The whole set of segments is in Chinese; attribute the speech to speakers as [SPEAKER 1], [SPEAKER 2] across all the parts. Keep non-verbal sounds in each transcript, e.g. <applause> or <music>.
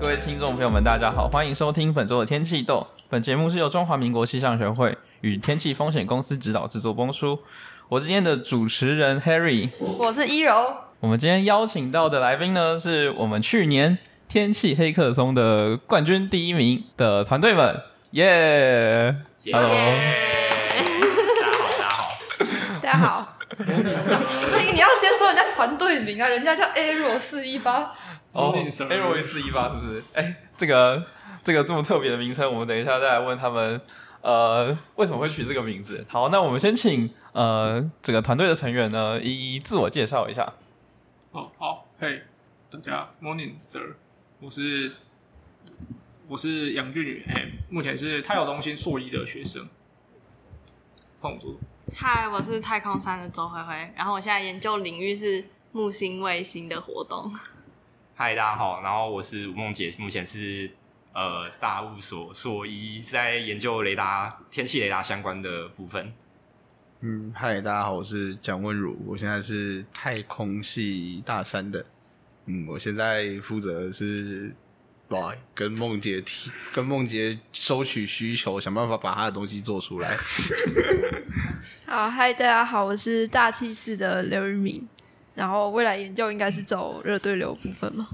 [SPEAKER 1] 各位听众朋友们，大家好，欢迎收听本周的天气豆。本节目是由中华民国气象学会与天气风险公司指导制作播出。我是今天的主持人 Harry。
[SPEAKER 2] 我是一柔，
[SPEAKER 1] 我们今天邀请到的来宾呢，是我们去年天气黑客松的冠军第一名的团队们，耶、Hello
[SPEAKER 3] 大家好，大
[SPEAKER 2] 大家
[SPEAKER 3] 家好。
[SPEAKER 2] 好。那你要先说人家团队名啊，人家叫 Aero 四一八，
[SPEAKER 1] 哦
[SPEAKER 3] Sorry
[SPEAKER 1] ，Aero 四一八是不是？哎、这个这个这么特别的名称，我们等一下再来问他们，呃，为什么会取这个名字？好，那我们先请呃这个团队的成员呢，一一自我介绍一下。
[SPEAKER 4] 哦，好，嘿，大家，morning sir，我是我是杨俊宇，嘿，目前是太阳中心硕一的学生，换我做，
[SPEAKER 5] 嗨，我是太空山的周灰灰，然后我现在研究领域是木星卫星的活动。
[SPEAKER 3] 嗨，大家好。然后我是吴梦杰，目前是呃大物所硕一，是在研究雷达、天气雷达相关的部分。
[SPEAKER 6] 嗯，嗨，大家好，我是蒋文儒，我现在是太空系大三的，嗯，我现在负责的是哇，跟梦杰提，跟梦杰收取需求，想办法把他的东西做出来。
[SPEAKER 7] 好，嗨，大家好，我是大气室的刘玉敏，然后未来研究应该是走热对流部分嘛。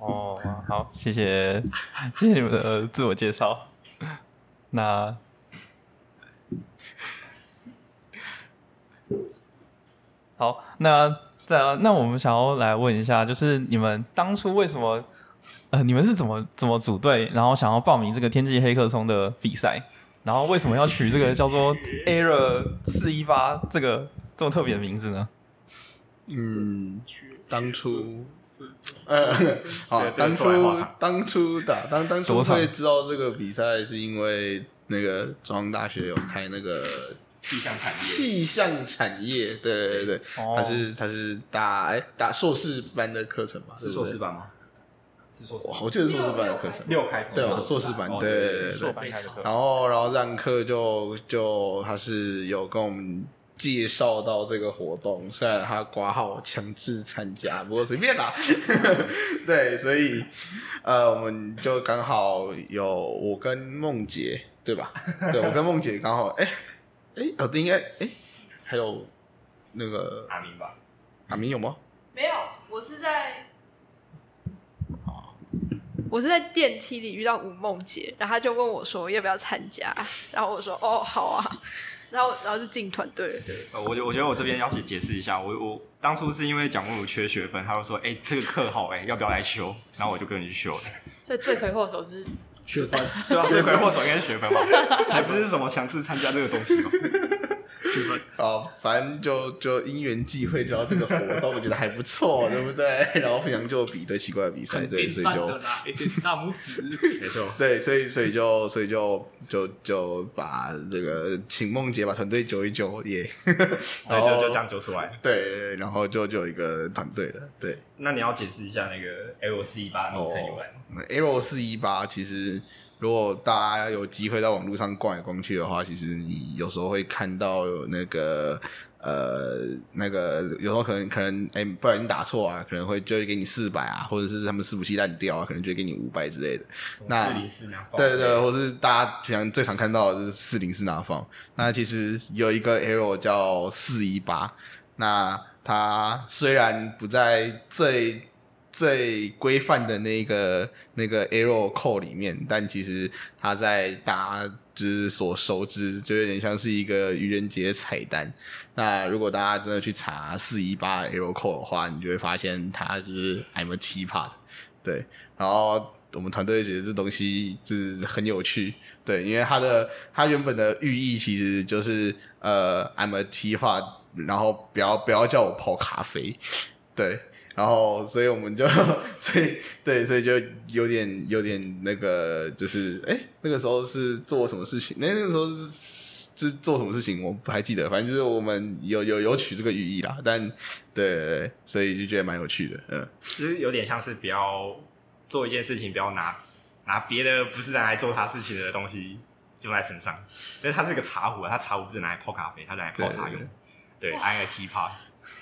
[SPEAKER 1] 哦，好，谢谢谢谢你们的自我介绍。那好，那再那我们想要来问一下，就是你们当初为什么呃，你们是怎么怎么组队，然后想要报名这个天际黑客松的比赛，然后为什么要取这个叫做 Error 四一八这个这么特别的名字呢？
[SPEAKER 6] 嗯，当初
[SPEAKER 4] 是，
[SPEAKER 3] <laughs>
[SPEAKER 6] 呃，好，
[SPEAKER 3] 这
[SPEAKER 6] 当
[SPEAKER 3] 这个说来话
[SPEAKER 6] 初
[SPEAKER 3] 长
[SPEAKER 6] 当初打当当初
[SPEAKER 1] 多长
[SPEAKER 6] 会知道这个比赛，是因为那个中央大学有开那个
[SPEAKER 3] 气象产业，
[SPEAKER 6] 气象产业，对对对，
[SPEAKER 1] 哦
[SPEAKER 6] 他是他是大哎大硕士班的课程嘛，
[SPEAKER 3] 是
[SPEAKER 6] 对不
[SPEAKER 3] 硕
[SPEAKER 6] 对
[SPEAKER 3] 士？班吗？是硕士
[SPEAKER 6] 我觉得硕士班的课程，
[SPEAKER 3] 六开头
[SPEAKER 6] 对哦，硕士班，
[SPEAKER 3] 哦
[SPEAKER 6] 对对对对
[SPEAKER 1] 硕
[SPEAKER 6] 对。
[SPEAKER 1] 班开的课
[SPEAKER 6] 然后然后这堂课就就他是有跟我们介绍到这个活动，虽然他挂号强制参加，不过随便啦。 <laughs> 对，所以呃，我们就刚好有我跟梦姐，对吧？对我跟梦姐刚好，哎哎哦，对，应该哎还有那个
[SPEAKER 3] 阿明吧。
[SPEAKER 6] 阿明有吗？
[SPEAKER 7] 没有，我是在，哦我是在电梯里遇到吴梦洁，然后他就问我说要不要参加，然后我说哦好啊，然后然后就进团队了。
[SPEAKER 3] 呃，我觉我觉得我这边要去解释一下，我我当初是因为蒋文儒缺学分，他就说，哎、这个课好、哎，要不要来修？然后我就跟你去修了。
[SPEAKER 2] 所以罪魁祸首是
[SPEAKER 4] 学分，
[SPEAKER 3] 对啊，罪魁祸首应该是学分吧，才不是什么强制参加这个东西吧。
[SPEAKER 4] 学分，
[SPEAKER 6] 哦，反正就就因缘际会，知道这个活动，我觉得还不错，对不对？ <laughs> 然后平常就比对奇怪的比赛，
[SPEAKER 4] 很
[SPEAKER 6] 对，
[SPEAKER 4] 点
[SPEAKER 6] 所以
[SPEAKER 4] 赞的
[SPEAKER 6] 就
[SPEAKER 4] 啦，一点大拇指，
[SPEAKER 3] 没错，
[SPEAKER 6] <laughs> 对，所以所以就所以就就就把这个请梦姐把团队揪一揪，耶，
[SPEAKER 3] 对，就就这样就出来。
[SPEAKER 6] 对，然后就就有一个团队了，对。
[SPEAKER 3] 那你要解释一下那个 L 四一八名称由来吗？
[SPEAKER 6] Arrow 四一八，其实如果大家有机会在网络上逛来逛去的话，其实你有时候会看到有那个呃那个，有时候可能可能哎、不小心打错啊，可能会就会给你四百啊，或者是他们伺服器烂掉啊，可能就会给你五百之类的。那
[SPEAKER 3] 四零四那样放
[SPEAKER 6] 对对对，或是大家平常最常看到的是四零四拿放。那其实有一个 arrow 叫四一八，那它虽然不在最最规范的那个那个 arrow 扣里面，但其实它在大家之所熟知，就有点像是一个愚人节彩蛋。那如果大家真的去查四一八 arrow 扣的话，你就会发现它就是 I'm a T part，对。然后我们团队觉得这东西是很有趣，对，因为它的它原本的寓意其实就是呃，I'm a T 发，然后不要不要叫我泡咖啡，对，然后所以我们就 <laughs> 所以对，所以就有点有点那个就是哎，那个时候是做什么事情？那那个时候是是做什么事情？我不太记得，反正就是我们有有有取这个寓意啦，但对对对，所以就觉得蛮有趣的，嗯。
[SPEAKER 3] 就是有点像是不要做一件事情，不要拿拿别的不是拿来做他事情的东西用在身上，因为它是个茶壶啊，它茶壶不是拿来泡咖啡，它是拿来泡茶用的。对，I I T 泡，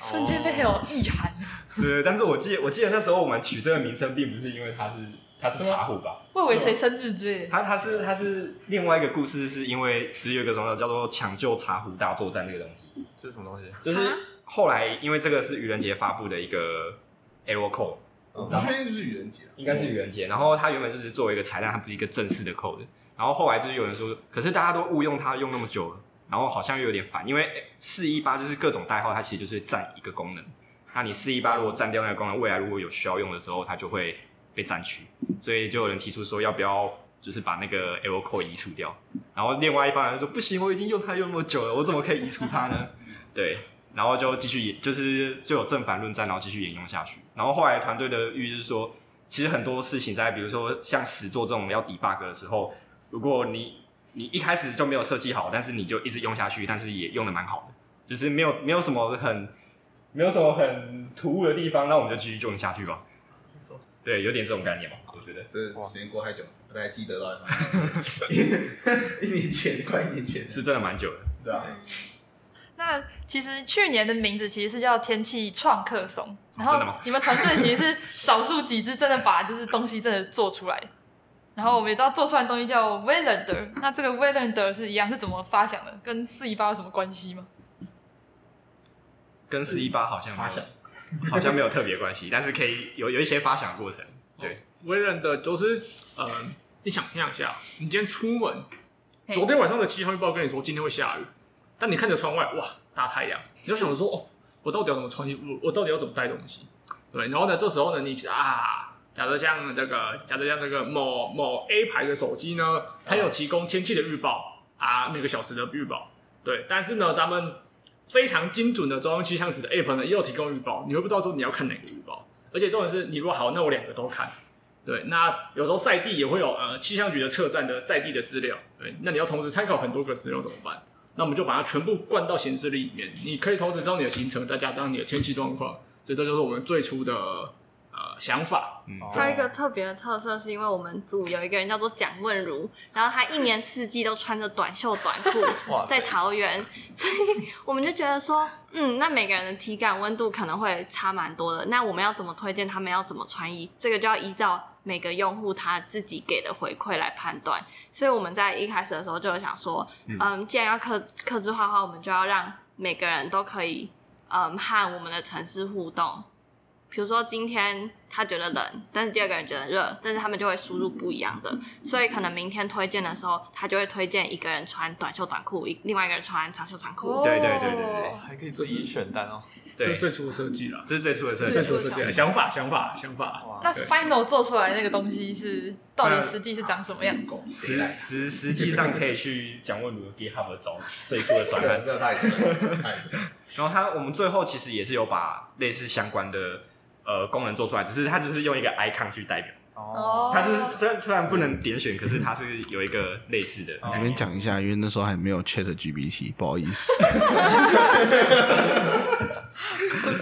[SPEAKER 2] 瞬间被我意涵。
[SPEAKER 3] 对，但是我记得我记得那时候我们取这个名称，并不是因为它是它是茶壶吧？
[SPEAKER 2] 我以为
[SPEAKER 3] 啊
[SPEAKER 2] 谁生日之类的，
[SPEAKER 3] 它它是它是另外一个故事，是因为就是有一个什么叫做抢救茶壶大作战这个东西，
[SPEAKER 8] 这是什么东西？
[SPEAKER 3] 就是后来因为这个是愚人节发布的一个 error code，
[SPEAKER 6] 我不确定是不是愚人节，
[SPEAKER 3] 应该是愚人节。然后它原本就是作为一个彩蛋，它不是一个正式的 code。然后后来就是有人说，可是大家都误用它用那么久了，然后好像又有点烦，因为四一八就是各种代号，它其实就是占一个功能。那你四一八如果占掉那个功能，未来如果有需要用的时候，它就会被占去。所以就有人提出说，要不要就是把那个 error code 移除掉？然后另外一方人说，不行，我已经用它用那么久了，我怎么可以移除它呢？对，然后就继续演，就是就有正反论战，然后继续沿用下去。然后后来团队的预就是说，其实很多事情在比如说像实作这种要 debug 的时候，如果你你一开始就没有设计好，但是你就一直用下去，但是也用的蛮好的，只、是没有没有什么很没有什么很突兀的地方，那我们就继续用下去吧。对，有点这种概念嘛，我觉得。
[SPEAKER 6] 这时间过太久，不太记得了。 <laughs> 一年前，快一年前，
[SPEAKER 3] 是真的蛮久的，
[SPEAKER 6] 对啊，
[SPEAKER 2] 那其实去年的名字其实是叫天气创客松，然后
[SPEAKER 3] 哦真的吗
[SPEAKER 2] 你们团队其实是少数几支真的把就是东西真的做出来。然后我们也知道做出来的东西叫 Waylander，那
[SPEAKER 3] <laughs>
[SPEAKER 2] 这个 Waylander 是一样是怎么发想的？跟四一八有什么关系吗？
[SPEAKER 3] 跟四一八好像没有
[SPEAKER 6] 发想
[SPEAKER 3] 好像没有特别关系，但是可以有有一些发想的过程。对，
[SPEAKER 4] 为人哦的就是，嗯、你想象一下，你今天出门，昨天晚上的气象预报跟你说今天会下雨，但你看着窗外，哇，大太阳，你就想着说，哦，我到底要怎么穿衣服？我到底要怎么带东西？对，然后呢，这时候呢，你啊，假设像这个，假设像这个某某 A 牌的手机呢，它有提供天气的预报啊，每个小时的预报，对，但是呢，咱们非常精准的中央气象局的 App 呢，也有提供预报，你会不知道说你要看哪个预报，而且重点是，你如果好，那我两个都看。对，那有时候在地也会有呃气象局的测站的在地的资料，对，那你要同时参考很多个资料怎么办？那我们就把它全部灌到行事历里面，你可以同时知道你的行程，再加上你的天气状况，所以这就是我们最初的呃想法。
[SPEAKER 3] 嗯，
[SPEAKER 5] <laughs> 它有一个特别的特色，是因为我们组有一个人叫做蒋问如，然后他一年四季都穿着短袖短裤 <laughs>
[SPEAKER 1] 哇塞
[SPEAKER 5] 在桃园，所以我们就觉得说，嗯，那每个人的体感温度可能会差蛮多的，那我们要怎么推荐他们要怎么穿衣？这个就要依照每个用户他自己给的回馈来判断。所以我们在一开始的时候就有想说，嗯，既然要克克制化的话，我们就要让每个人都可以，嗯，和我们的城市互动。比如说今天他觉得冷，但是第二个人觉得热，但是他们就会输入不一样的，所以可能明天推荐的时候，他就会推荐一个人穿短袖短裤，一另外一个人穿长袖长裤。
[SPEAKER 3] 对对对对对
[SPEAKER 2] 哦
[SPEAKER 1] 还可以自己选单哦。
[SPEAKER 4] 这
[SPEAKER 3] 对
[SPEAKER 4] 是，最初的设计啦，
[SPEAKER 3] 这是最初的设计
[SPEAKER 4] 最。初的设计啦，想法想法想法，
[SPEAKER 1] 哇，
[SPEAKER 2] 那 final 做出来的那个东西是到底实际是长什么样？
[SPEAKER 3] 实实实际上可以去蒋问如的 GitHub
[SPEAKER 6] <laughs>
[SPEAKER 3] 找最初的
[SPEAKER 6] 这
[SPEAKER 3] 专
[SPEAKER 6] 个
[SPEAKER 3] 案。
[SPEAKER 6] 真的太扯，太扯。
[SPEAKER 3] 然后他我们最后其实也是有把类似相关的呃功能做出来，只是它就是用一个 icon 去代表。
[SPEAKER 1] 哦，
[SPEAKER 2] 哦，
[SPEAKER 3] 呃它就是虽然虽然不能点选，可是它是有一个类似的。
[SPEAKER 6] 这边讲一下，因为那时候还没有 Chat GPT，不好意思。 <laughs>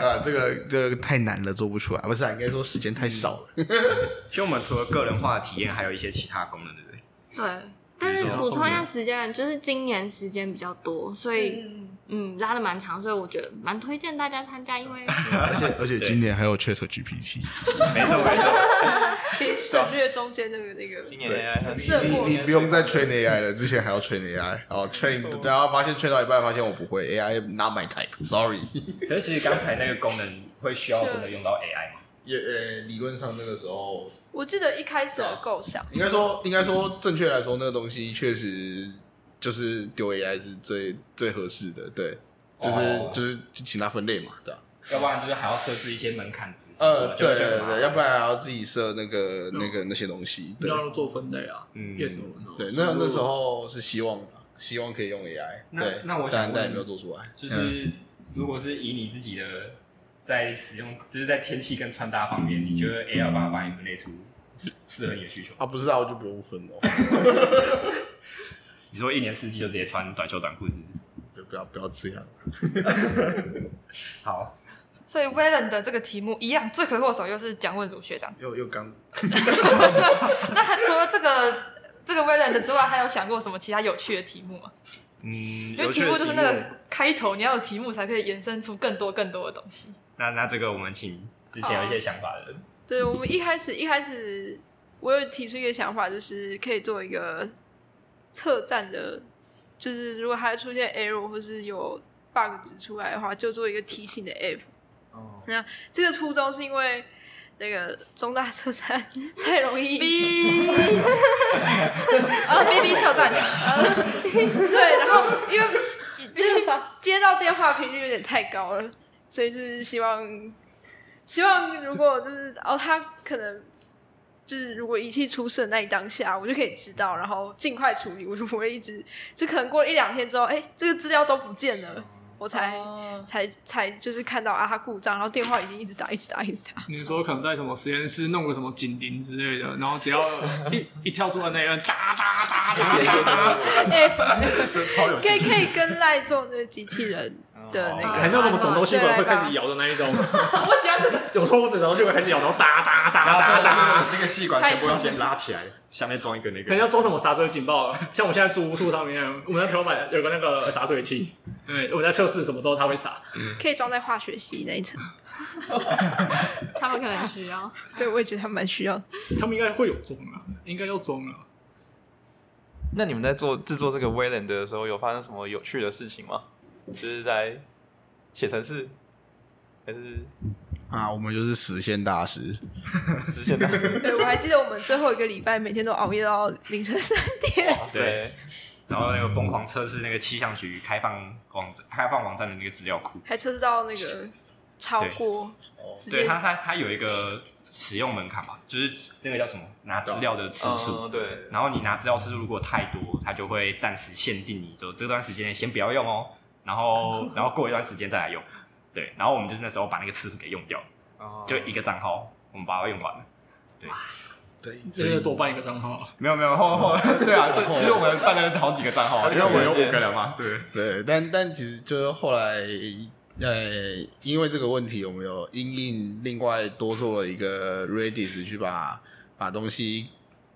[SPEAKER 6] 啊，这个这个太难了，做不出来。不是、啊，应该说时间太少了。
[SPEAKER 3] 其实我们除了个人化的体验，还有一些其他功能，对不对？
[SPEAKER 5] 对，但是补充一下时间，就是今年时间比较多，所以
[SPEAKER 2] 嗯，
[SPEAKER 5] 嗯拉的蛮长，所以我觉得蛮推荐大家参加， <laughs> 因为
[SPEAKER 6] <laughs> 而且而且今年还有 Chat GPT，
[SPEAKER 3] 没错没错。
[SPEAKER 7] 可
[SPEAKER 3] 啊
[SPEAKER 7] <laughs> 以省略中间那个那个。
[SPEAKER 1] 今年 AI 很
[SPEAKER 7] 是
[SPEAKER 6] 你
[SPEAKER 7] 我
[SPEAKER 6] 你不用再 train AI 了，之前还要 train AI，然后 train，然后发现 train 到一半，发现我不会 AI not my type，sorry。
[SPEAKER 3] 可是其实刚才那个功能会需要真的用到 AI 吗？
[SPEAKER 6] 也呃，理论上那个时候
[SPEAKER 7] 我记得一开始的构想，
[SPEAKER 6] 应该说，应该说，正确来说，那个东西确实就是丢 AI 是最最合适的，对，就是、
[SPEAKER 3] 哦
[SPEAKER 6] 就是就请他分类嘛，对吧、
[SPEAKER 3] 要不然就是还要设置一些门槛值。
[SPEAKER 6] 呃，
[SPEAKER 3] 哦就
[SPEAKER 6] 对
[SPEAKER 3] 就
[SPEAKER 6] 对
[SPEAKER 3] 很麻
[SPEAKER 6] 对，
[SPEAKER 3] 烦
[SPEAKER 6] 要不然还要自己设那个那个那些东西，对
[SPEAKER 4] 要做分类啊，
[SPEAKER 3] 嗯
[SPEAKER 4] 也是我们
[SPEAKER 6] 对，那那时候是希望希望可以用 AI，
[SPEAKER 3] 那
[SPEAKER 6] 对，
[SPEAKER 3] 那我想
[SPEAKER 6] 但
[SPEAKER 3] 问
[SPEAKER 6] 但也没有做出来，嗯
[SPEAKER 3] 就是如果是以你自己的在使用，就是在天气跟穿搭方面，你觉得 AI 有办法帮你分类出适适合你的需求？
[SPEAKER 6] 啊，不知道就不用分哦了，
[SPEAKER 3] 你说一年四季就直接穿短袖短裤，是不是？
[SPEAKER 6] <laughs> 就不要不要这样，
[SPEAKER 3] 好，
[SPEAKER 2] 所以 w a l e n 的这个题目一样，罪魁祸首又是蒋问儒学长。
[SPEAKER 6] 又又刚
[SPEAKER 2] 那他除了这个这个 w a l e n 的之外，还有想过什么其他有趣的题目吗？
[SPEAKER 3] 嗯，
[SPEAKER 2] 因为
[SPEAKER 3] 有趣
[SPEAKER 2] 题
[SPEAKER 3] 的
[SPEAKER 2] 目就是那
[SPEAKER 3] 题目
[SPEAKER 2] 个开头，你要有题目才可以延伸出更多更多的东西。
[SPEAKER 3] 那那这个我们请之前有一些想法的
[SPEAKER 2] 哦
[SPEAKER 3] 人，
[SPEAKER 7] 对，我们一开始一开始，我有提出一个想法，就是可以做一个测站的，就是如果它出现 error 或是有 bug 指出来的话，就做一个提醒的 app。
[SPEAKER 1] 哦，
[SPEAKER 7] 这个初衷是因为那个中大车站太容易，
[SPEAKER 2] B，啊，B B 车站，
[SPEAKER 7] 对，然后因为就是接到电话频率有点太高了，所以就是希望希望如果就是哦，他可能。就是如果仪器出事的那一当下，我就可以知道，然后尽快处理，我就不会一直就可能过了一两天之后，哎、这个资料都不见了，我才、
[SPEAKER 2] 哦
[SPEAKER 7] 才才就是看到啊，它故障，然后电话已经一直打，一直打，一直打。
[SPEAKER 4] 你说可能在什么实验室弄个什么警铃之类的，然后只要一 <laughs> 一跳出来那个人哒哒哒哒 <laughs> 哒哒，
[SPEAKER 7] 哎、
[SPEAKER 3] <laughs> 这超有趣
[SPEAKER 7] 可以
[SPEAKER 2] <laughs>
[SPEAKER 7] 可以跟赖做那个机器人的那
[SPEAKER 4] 还
[SPEAKER 7] 个，
[SPEAKER 4] 有那种总动吸管会开始摇的那一种，
[SPEAKER 7] <laughs>
[SPEAKER 2] 我喜欢这个，
[SPEAKER 4] 有抽纸然后就会开始摇，然后哒哒
[SPEAKER 3] 然
[SPEAKER 4] 哒
[SPEAKER 3] 后
[SPEAKER 4] 哒 <laughs>
[SPEAKER 3] 这
[SPEAKER 4] 哒
[SPEAKER 3] 个，那个吸管全部要先拉起来，下面装一个那
[SPEAKER 4] 可能要
[SPEAKER 3] 个。
[SPEAKER 4] 装什么洒水警报，像我现在住屋处上面，我们的天花板有个那个洒水器，对，我在测试什么时候它会洒，
[SPEAKER 7] 可以装在化学系那一层。
[SPEAKER 5] 他们可能需要。
[SPEAKER 7] 对，我也觉得他蛮需要的。
[SPEAKER 4] 他们应该会有装啊，应该要装啊。
[SPEAKER 1] 那你们在做制作这个 Wayland 的时候，有发生什么有趣的事情吗？就是在写程式，还是
[SPEAKER 6] 啊，我们就是实现大师，
[SPEAKER 1] 实
[SPEAKER 3] <laughs>
[SPEAKER 1] 现的？
[SPEAKER 7] 对，我还记得我们最后一个礼拜每天都熬夜到凌晨三点。
[SPEAKER 1] 哇
[SPEAKER 3] 对，然后那个疯狂测试那个气象局开放网站开放网站的那个资料库，
[SPEAKER 7] 还测试到那个超过，直
[SPEAKER 3] 对
[SPEAKER 7] 接
[SPEAKER 3] 它它它有一个使用门槛吧，就是那个叫什么拿资料的次数。
[SPEAKER 1] 嗯，对，
[SPEAKER 3] 然后你拿资料次数如果太多，它就会暂时限定你，就这段时间内先不要用哦。然 <laughs> 后，然后过一段时间再来用，对。然后我们就是那时候把那个次数给用掉，
[SPEAKER 1] 哦
[SPEAKER 3] 就一个账号，我们把它用完了。
[SPEAKER 6] 对，
[SPEAKER 4] 这个多办一个账号，
[SPEAKER 3] 没有没有，后后 <laughs> 对啊，这其实我们办了好几个账 <laughs> 号，因为我们有五个人嘛，对。
[SPEAKER 6] 对，但但其实就是后来，呃，因为这个问题，我们有因应另外多做了一个 Redis 去把把东西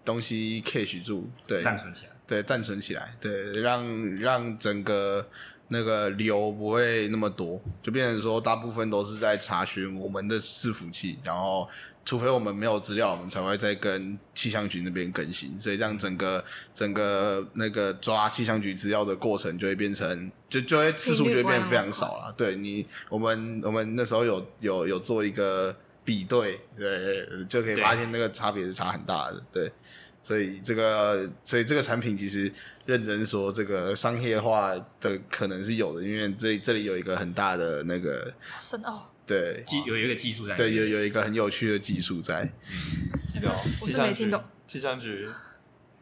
[SPEAKER 6] 东西 cache 住，对，
[SPEAKER 3] 暂存起来。
[SPEAKER 6] 对，暂存起来，对，让让整个那个流不会那么多，就变成说大部分都是在查询我们的伺服器，然后除非我们没有资料，我们才会再跟气象局那边更新，所以让整个整个那个抓气象局资料的过程就会变成就就会次数就会变得非常少了。对你，我们我们那时候有有有做一个比对，对，就可以
[SPEAKER 3] 对
[SPEAKER 6] 发现那个差别是差很大的，对。所以这个，所以这个产品其实认真说，这个商业化的可能是有的，因为这这里有一个很大的那个，
[SPEAKER 2] 好深奥。
[SPEAKER 6] 对
[SPEAKER 3] 技有一个技术在，
[SPEAKER 6] 对，有有一个很有趣的技术在。
[SPEAKER 1] 记得哦
[SPEAKER 2] 我是没听懂。
[SPEAKER 1] 气象局气象局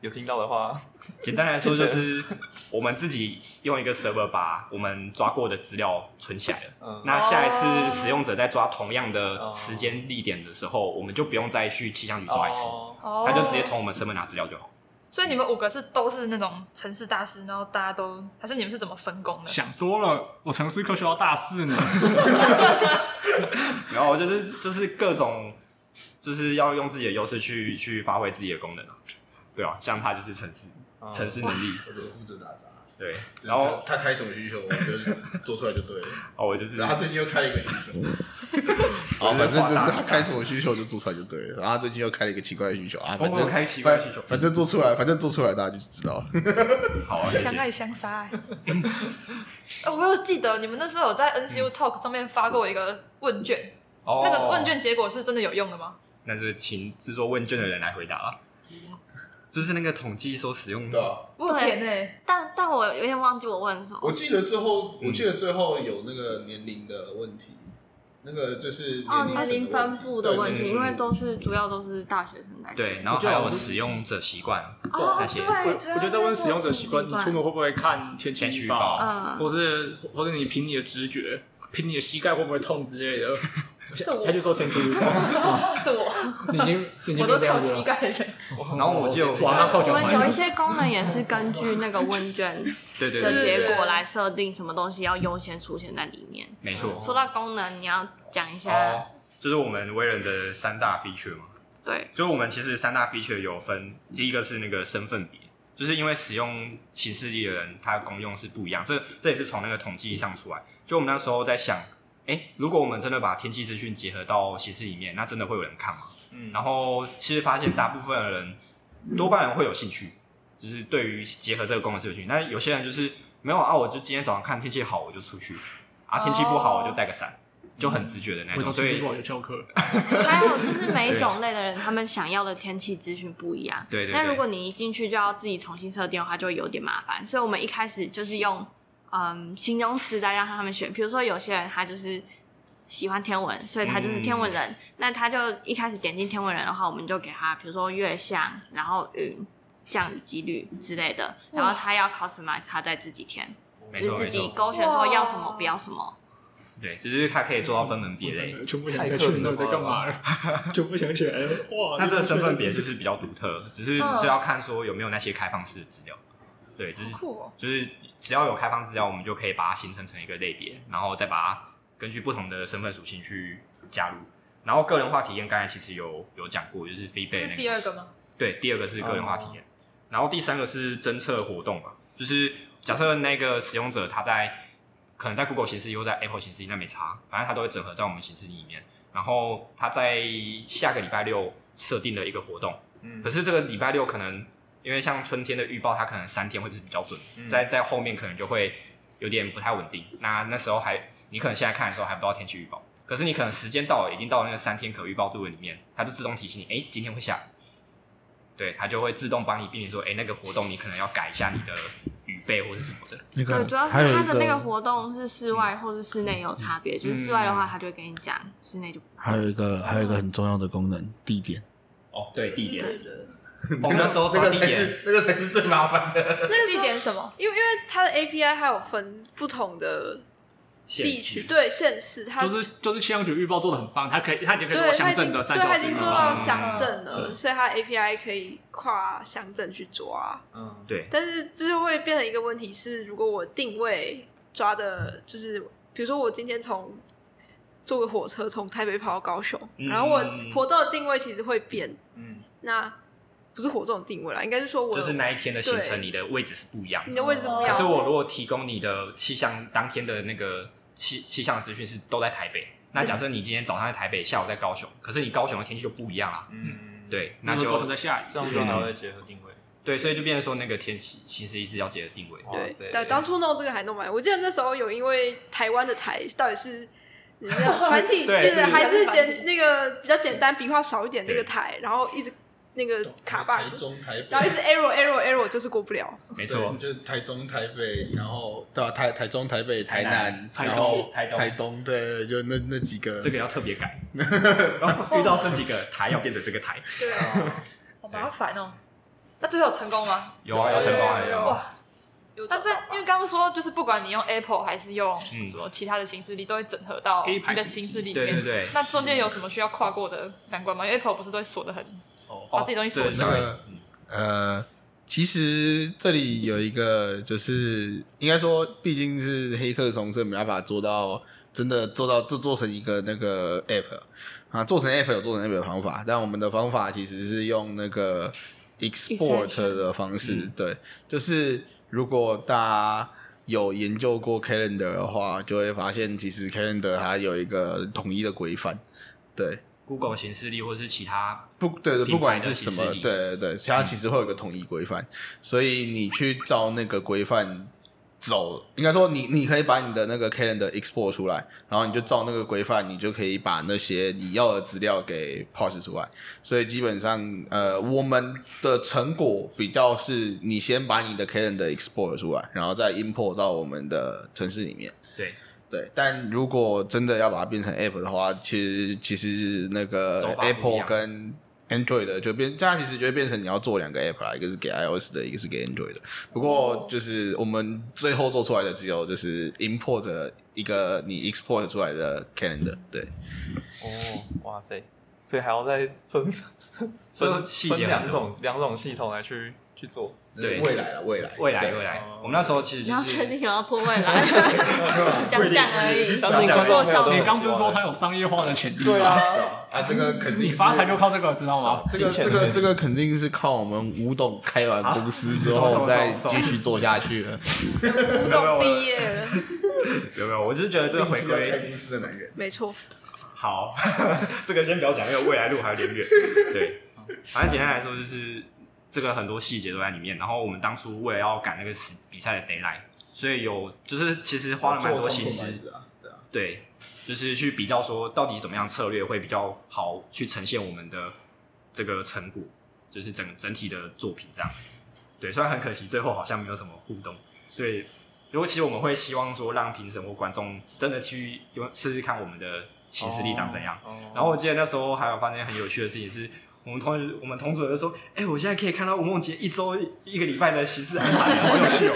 [SPEAKER 1] 有听到的话，
[SPEAKER 3] 简单来说就是我们自己用一个 server 把我们抓过的资料存起来了。
[SPEAKER 1] 嗯，
[SPEAKER 3] 那下一次使用者在抓同样的时间地点的时候，我们就不用再去气象局抓一次，
[SPEAKER 1] 哦
[SPEAKER 2] 哦
[SPEAKER 3] 他就直接从我们身份拿资料就好。
[SPEAKER 6] 哦
[SPEAKER 2] 所以你们五个是都是那种城市大师，然后大家都还是你们是怎么分工的？
[SPEAKER 4] 想多了，我城市科学到大
[SPEAKER 2] <laughs>
[SPEAKER 4] 四呢。
[SPEAKER 3] 然后就是就是各种就是要用自己的优势去去发挥自己的功能啊，对啊，像他就是城市
[SPEAKER 1] 嗯
[SPEAKER 3] 城市能力，
[SPEAKER 6] 哦我就负责打杂，
[SPEAKER 3] 对，然后
[SPEAKER 6] 他开什么需求，我就做出来就对了。
[SPEAKER 3] 哦我就是
[SPEAKER 6] 最近又开了一个需求， <laughs> 好，反正就是他开什么需求就做出来就对了。然后他最近又开了一个奇怪的需求啊，反
[SPEAKER 3] 我有
[SPEAKER 6] 正
[SPEAKER 3] 开奇怪的需求
[SPEAKER 6] 反反正做出来，反正做出来大家就知道了。
[SPEAKER 3] 好啊，谢谢
[SPEAKER 2] 相爱相杀、欸。 <laughs> 哦，我有记得你们那时候有在 NCU Talk 上面发过一个问卷，
[SPEAKER 3] 哦
[SPEAKER 2] 那个问卷结果是真的有用的吗？
[SPEAKER 3] 那是请制作问卷的人来回答啊。就是那个统计所使用的，
[SPEAKER 2] 我有填诶、欸
[SPEAKER 5] 但但我有点忘记我问什么。
[SPEAKER 6] 记得最后，我记得最后有那个年龄的问题，那个就是
[SPEAKER 5] 哦，年龄分布的问
[SPEAKER 3] 对
[SPEAKER 5] 题，因
[SPEAKER 4] 嗯
[SPEAKER 5] 为都是主要都是大学生在
[SPEAKER 3] 对，
[SPEAKER 5] 听
[SPEAKER 3] 然后还有使用者习惯那
[SPEAKER 5] 哦，
[SPEAKER 3] 些，
[SPEAKER 4] 我
[SPEAKER 2] 哎
[SPEAKER 5] 对，主
[SPEAKER 2] 啊
[SPEAKER 5] 要
[SPEAKER 4] 我觉得在问使用者习惯，
[SPEAKER 5] 是
[SPEAKER 4] 你
[SPEAKER 5] 在问
[SPEAKER 4] 出门会不会看天
[SPEAKER 3] 天
[SPEAKER 4] 气
[SPEAKER 3] 气
[SPEAKER 4] 预
[SPEAKER 3] 预
[SPEAKER 4] 报
[SPEAKER 3] 报？
[SPEAKER 5] 嗯，
[SPEAKER 4] 或是或者你凭你的直觉，凭你的膝盖会不会痛之类的，
[SPEAKER 2] 这我
[SPEAKER 4] 他就做天气预报。
[SPEAKER 2] <laughs> 这我
[SPEAKER 4] 你已经你已经
[SPEAKER 2] 我都
[SPEAKER 4] 变
[SPEAKER 2] 靠
[SPEAKER 4] 这样子
[SPEAKER 2] 膝
[SPEAKER 4] 了，
[SPEAKER 2] 盖
[SPEAKER 3] <laughs>
[SPEAKER 2] 了。
[SPEAKER 3] 然后我记得
[SPEAKER 4] 哇，那靠
[SPEAKER 5] 我
[SPEAKER 4] 脚
[SPEAKER 5] 们有一
[SPEAKER 4] 踝。
[SPEAKER 5] 些功能也是根据那个问卷
[SPEAKER 3] 对对
[SPEAKER 5] 的
[SPEAKER 3] 对对，
[SPEAKER 5] 结
[SPEAKER 3] 对
[SPEAKER 5] 果来设定什么东西要优先出现在里面。
[SPEAKER 3] 没错。
[SPEAKER 5] 说到功能，你要讲一下
[SPEAKER 3] 哦，就是我们微人的三大 feature 嘛，
[SPEAKER 5] 对
[SPEAKER 3] 就是我们其实三大 feature 有分，第一个是那个身份别，就是因为使用形式力的人，他的功用是不一样。这这也是从那个统计上出来。就我们那时候在想，哎、如果我们真的把天气资讯结合到形式里面，那真的会有人看吗？
[SPEAKER 1] 嗯
[SPEAKER 3] 然后其实发现大部分的人，多半人会有兴趣，就是对于结合这个功能是有兴趣。但有些人就是没有啊，我就今天早上看天气好我就出去，啊天气不好我就带个伞，就很直觉的那
[SPEAKER 4] 回
[SPEAKER 3] 种。
[SPEAKER 4] 头
[SPEAKER 3] 所
[SPEAKER 4] 成绩
[SPEAKER 3] 以
[SPEAKER 4] 不好就翘课。
[SPEAKER 5] 还有就是每一种类的人，他们想要的天气资讯不一样。
[SPEAKER 3] 对对对
[SPEAKER 5] 那如果你一进去就要自己重新设定的话，就会有点麻烦。所以我们一开始就是用嗯形容词来让他们选。比如说有些人他就是喜欢天文，所以他就是天文人。
[SPEAKER 3] 嗯
[SPEAKER 5] 那他就一开始点进天文人的话，我们就给他比如说月相，然后云。降雨几率之类的，然后他要 customize 他在自己填，
[SPEAKER 3] 没
[SPEAKER 5] 就是
[SPEAKER 3] 错
[SPEAKER 5] 自
[SPEAKER 3] 没
[SPEAKER 5] 己
[SPEAKER 3] 错，
[SPEAKER 5] 勾选说要什
[SPEAKER 2] 哇
[SPEAKER 5] 么不要什么。
[SPEAKER 3] 对，就是他可以做到分门别类。
[SPEAKER 4] 全部想选你在干嘛了，全部想选哎哇！
[SPEAKER 3] 那这个身份别
[SPEAKER 4] 是
[SPEAKER 3] 就是比较独特，只是
[SPEAKER 5] 嗯
[SPEAKER 3] 就要看说有没有那些开放式的资料。对，就是
[SPEAKER 7] 酷哦，
[SPEAKER 3] 就是只要有开放资料，我们就可以把它形成成一个类别，然后再把它根据不同的身份属性去加入。然后个人化体验，刚才其实有有讲过，就是
[SPEAKER 2] 这
[SPEAKER 3] feedback 那
[SPEAKER 2] 是第二
[SPEAKER 3] 个，
[SPEAKER 2] 个吗？
[SPEAKER 3] 对，第二个是个
[SPEAKER 1] 嗯
[SPEAKER 3] 人化体验，然后第三个是侦测活动吧，就是假设那个使用者他在可能在 Google 形式又在 Apple 形式，那没差，反正它都会整合在我们形式里面。然后他在下个礼拜六设定了一个活动，
[SPEAKER 1] 嗯
[SPEAKER 3] 可是这个礼拜六可能因为像春天的预报，它可能三天会是比较准，
[SPEAKER 1] 嗯
[SPEAKER 3] 在在后面可能就会有点不太稳定。那那时候还你可能现在看的时候还不知道天气预报，可是你可能时间到了，已经到了那个三天可预报度的里面，它就自动提醒你，哎、今天会下雨。对，它就会自动帮你避免说，哎、那个活动你可能要改一下你的预备或是什么的。
[SPEAKER 6] 那
[SPEAKER 5] 对，
[SPEAKER 6] 个
[SPEAKER 5] 哦主要是
[SPEAKER 6] 还有一
[SPEAKER 5] 它的那个活动是室外或是室内有差别，就是室外的话，
[SPEAKER 3] 嗯
[SPEAKER 5] 他就会跟你讲，室内就不
[SPEAKER 6] 还有一个还有一个很重要的功能，地点。
[SPEAKER 3] 哦，对，地点，
[SPEAKER 2] 对对，
[SPEAKER 3] 我 <laughs> 们那时候
[SPEAKER 6] 这
[SPEAKER 3] 找
[SPEAKER 6] 个
[SPEAKER 3] 地
[SPEAKER 6] 才
[SPEAKER 3] 点，
[SPEAKER 6] 是那个才是最麻烦的。
[SPEAKER 7] 那个时
[SPEAKER 2] 地
[SPEAKER 7] 候
[SPEAKER 2] 点什么？
[SPEAKER 7] 因为因为它的 API 还有分不同的地区，
[SPEAKER 3] 县市
[SPEAKER 7] 对县市，它
[SPEAKER 4] 就是就是气象局预报做的很棒，它可以它已经可以做到
[SPEAKER 7] 对它
[SPEAKER 4] 乡
[SPEAKER 7] 已
[SPEAKER 4] 镇
[SPEAKER 7] 经
[SPEAKER 4] 的
[SPEAKER 7] 对
[SPEAKER 4] 三小
[SPEAKER 7] 它已
[SPEAKER 4] 时预
[SPEAKER 7] 经做
[SPEAKER 4] 报
[SPEAKER 7] 到，乡镇了，
[SPEAKER 4] 对
[SPEAKER 7] 所以它 API 可以跨乡镇去抓。
[SPEAKER 1] 嗯，
[SPEAKER 3] 对，
[SPEAKER 7] 但是这就会变成一个问题是，如果我定位抓的，就是比如说我今天从坐个火车从台北跑到高雄，
[SPEAKER 3] 嗯
[SPEAKER 7] 然后我活动的定位其实会变，
[SPEAKER 1] 嗯，
[SPEAKER 7] 那不是活动的定位啦，应该是说我
[SPEAKER 3] 就是那一天的行程，
[SPEAKER 7] 对
[SPEAKER 3] 你的位置是不一样的
[SPEAKER 7] 你。的位置不
[SPEAKER 3] 可
[SPEAKER 7] 一样。
[SPEAKER 3] 是我如果提供你的气象当天的那个气气象资讯是都在台北，那假设你今天早上在台北，下午在高雄，可是你高雄的天气就不一样啦。
[SPEAKER 1] 嗯，
[SPEAKER 3] 对，那
[SPEAKER 4] 那就高
[SPEAKER 3] 就
[SPEAKER 4] 雄在下雨
[SPEAKER 1] 这，样就还会结合定位，
[SPEAKER 3] 对，所以就变成说那个天气形势一直要结合定位。
[SPEAKER 1] 哇塞
[SPEAKER 7] 对，但当初弄这个还弄蛮，我记得那时候有因为台湾的台到底是你知道 <laughs> 繁体
[SPEAKER 3] 对
[SPEAKER 7] 字啊
[SPEAKER 3] 是
[SPEAKER 7] 还是
[SPEAKER 2] 繁
[SPEAKER 7] 简
[SPEAKER 2] 体
[SPEAKER 7] 那个比较简单笔画少一点那个
[SPEAKER 3] 对
[SPEAKER 7] 台，然后一直那个卡 bug，
[SPEAKER 6] 中、台北
[SPEAKER 7] 然后一直 error error error 就是过不了。
[SPEAKER 3] 没
[SPEAKER 6] 对
[SPEAKER 3] 错，
[SPEAKER 6] 就是台中、台北，然后对、啊、台台中、台北、
[SPEAKER 3] 台
[SPEAKER 6] 台
[SPEAKER 3] 南
[SPEAKER 6] 南，
[SPEAKER 3] 台
[SPEAKER 6] 然
[SPEAKER 3] 中
[SPEAKER 6] 后
[SPEAKER 3] 台东
[SPEAKER 6] 台东，对，就那那几个。
[SPEAKER 3] 这个要特别改。然后遇到这几个台要变成这个台，
[SPEAKER 7] 对啊。
[SPEAKER 2] 好麻烦哦。那最后有成功吗？
[SPEAKER 3] 有啊，有成功啊，有啊。
[SPEAKER 2] 哇！但这因为刚刚说，就是不管你用 Apple 还是用
[SPEAKER 3] 嗯
[SPEAKER 2] 什么其他的形式力，都会整合到你的形式里面。
[SPEAKER 3] 对对对，
[SPEAKER 2] 那中间有什么需要跨过的难关吗？因为 Apple 不是都会锁的很，
[SPEAKER 6] 哦
[SPEAKER 2] 把自己东西锁起
[SPEAKER 6] 那
[SPEAKER 2] 来。
[SPEAKER 6] 个
[SPEAKER 3] 嗯
[SPEAKER 6] 呃，其实这里有一个，就是应该说，毕竟是黑客松，所以没办法做到真的做到就做成一个那个 app 啊，做成 app 有做成 app 的方法，但我们的方法其实是用那个 export 的方式，对，就是如果大家。有研究过 Calendar 的话，就会发现其实 Calendar 它有一个统一的规范，对，
[SPEAKER 3] Google 形势力或是其他，
[SPEAKER 6] 不对对，
[SPEAKER 3] 品牌
[SPEAKER 6] 不管
[SPEAKER 3] 的
[SPEAKER 6] 是
[SPEAKER 3] 形式
[SPEAKER 6] 什么，
[SPEAKER 3] 力
[SPEAKER 6] 对对对，其他其实会有一个统一规范，所以你去照那个规范走，应该说你你可以把你的那个 calendar export 出来，然后你就照那个规范，你就可以把那些你要的资料给 parse 出来。所以基本上，呃，我们的成果比较是你先把你的 calendar export 出来，然后再 import 到我们的城市里面。
[SPEAKER 3] 对，
[SPEAKER 6] 对，但如果真的要把它变成 App 的话，其实其实那
[SPEAKER 3] 走法
[SPEAKER 6] 个
[SPEAKER 3] 不一样
[SPEAKER 6] Apple 跟 Android 的就变，这样其实就会变成你要做两个 App 啦，一个是给 iOS 的，一个是给 Android 的。不
[SPEAKER 3] 哦
[SPEAKER 6] 过就是我们最后做出来的只有就是 import 的一个你 export 出来的 calendar，对，
[SPEAKER 1] 哦，哇塞，所以还要再分
[SPEAKER 3] 所以
[SPEAKER 1] 分
[SPEAKER 3] 细节
[SPEAKER 1] 分
[SPEAKER 3] 很
[SPEAKER 1] 两
[SPEAKER 3] 多
[SPEAKER 1] 种两种系统来去去做，
[SPEAKER 3] 对
[SPEAKER 6] 未来了，未来，
[SPEAKER 3] 未来
[SPEAKER 6] 对
[SPEAKER 3] 未来，我们那时候其实
[SPEAKER 5] 你
[SPEAKER 3] 就
[SPEAKER 5] 要
[SPEAKER 3] 是
[SPEAKER 5] 确定有要做
[SPEAKER 1] <laughs>
[SPEAKER 5] 未来，讲讲而已。
[SPEAKER 1] 相信观众朋友都很希望
[SPEAKER 4] 你刚不是说它有商业化的潜力吗？
[SPEAKER 1] 对啊，
[SPEAKER 6] 啊，这
[SPEAKER 3] 嗯
[SPEAKER 6] 个肯定
[SPEAKER 4] 你
[SPEAKER 6] 是啊
[SPEAKER 4] 发财就靠这个，知道吗？
[SPEAKER 6] 这个
[SPEAKER 1] 金钱
[SPEAKER 6] 这个这个肯定是靠我们吴董开完公司
[SPEAKER 3] <laughs>
[SPEAKER 6] 之
[SPEAKER 3] 啊什
[SPEAKER 6] 后
[SPEAKER 3] 么
[SPEAKER 6] 再
[SPEAKER 3] 什么什
[SPEAKER 6] 继
[SPEAKER 3] 么
[SPEAKER 6] 续做下去了。
[SPEAKER 7] 古
[SPEAKER 3] 没有
[SPEAKER 7] 董毕业了，
[SPEAKER 3] 有没有？我只是觉得这个回
[SPEAKER 6] 立志要
[SPEAKER 3] 归
[SPEAKER 6] 开公司的男人，
[SPEAKER 7] 没错。
[SPEAKER 3] 好， <laughs> 这个先不要讲，因为未来路还有点远。对，反正简单来说就是这个很多细节都在里面。然后我们当初为了要赶那个比比赛的 d a y l i g h t 所以有就是其实花了蛮多心
[SPEAKER 6] 做中
[SPEAKER 3] 思，
[SPEAKER 6] 控啊，对啊，
[SPEAKER 3] 对，就是去比较说到底怎么样策略会比较好去呈现我们的这个成果，就是整整体的作品这样。对，虽然很可惜最后好像没有什么互动。对，如果其实我们会希望说让评审或观众真的去用试试看我们的行事力长怎
[SPEAKER 2] 哦
[SPEAKER 3] 样。
[SPEAKER 1] 哦
[SPEAKER 3] 然后我记得那时候还有发生很有趣的事情是，我们同学我们同组人就说：“哎、我现在可以看到吴梦洁一周一个礼拜的行事安排了，好有趣哦。”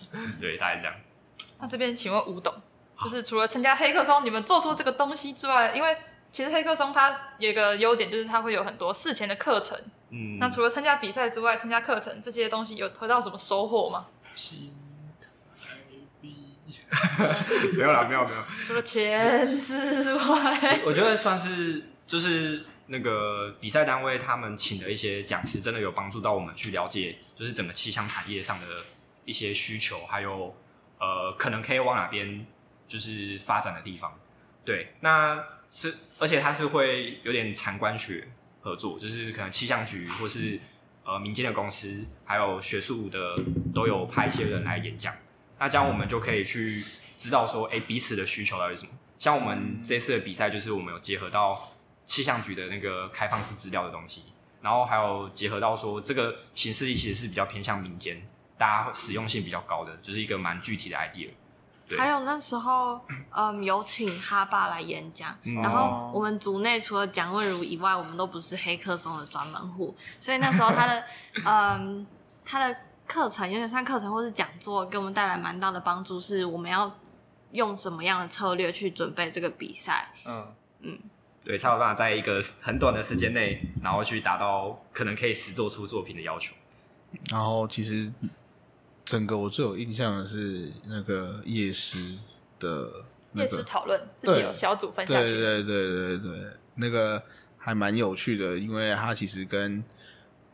[SPEAKER 3] <laughs> 对，大概这样。
[SPEAKER 2] 那这边请问吴董，
[SPEAKER 3] 啊
[SPEAKER 2] 就是除了参加黑客松，你们做出这个东西之外，因为其实黑客松它有一个优点，就是它会有很多事前的课程。
[SPEAKER 3] 嗯，
[SPEAKER 2] 那除了参加比赛之外，参加课程这些东西有得到什么收获吗？
[SPEAKER 4] 心态毕业
[SPEAKER 3] 没有啦，没有没有。
[SPEAKER 2] 除了钱之外，
[SPEAKER 3] 我觉得算是就是那个比赛单位他们请的一些讲师，真的有帮助到我们去了解，就是整个气象产业上的一些需求，还有呃可能可以往哪边就是发展的地方。对，那是而且它是会有点产官学合作，就是可能气象局或是呃民间的公司，还有学术的都有派一些人来演讲。那这样我们就可以去知道说，哎、彼此的需求到底是什么。像我们这次的比赛，就是我们有结合到气象局的那个开放式资料的东西，然后还有结合到说这个形式力其实是比较偏向民间，大家使用性比较高的，就是一个蛮具体的 idea。对
[SPEAKER 5] 还有那时候，嗯，有请哈爸来演讲，
[SPEAKER 3] 嗯
[SPEAKER 5] 然后我们组内除了蒋问如以外，我们都不是黑客松的专门户，所以那时候
[SPEAKER 1] <laughs>
[SPEAKER 5] 他的，嗯，他的课程有点像课程或是讲座，给我们带来蛮大的帮助，是我们要用什么样的策略去准备这个比赛。
[SPEAKER 1] 嗯，
[SPEAKER 3] 对，才有办法在一个很短的时间内，然后去达到可能可以实做出作品的要求。
[SPEAKER 6] 然后其实整个我最有印象的是那个夜师的那
[SPEAKER 2] 夜
[SPEAKER 6] 个
[SPEAKER 2] 市讨论自己有小组分下
[SPEAKER 6] 对
[SPEAKER 2] 去，
[SPEAKER 6] 对对对对，那个还蛮有趣的，因为它其实跟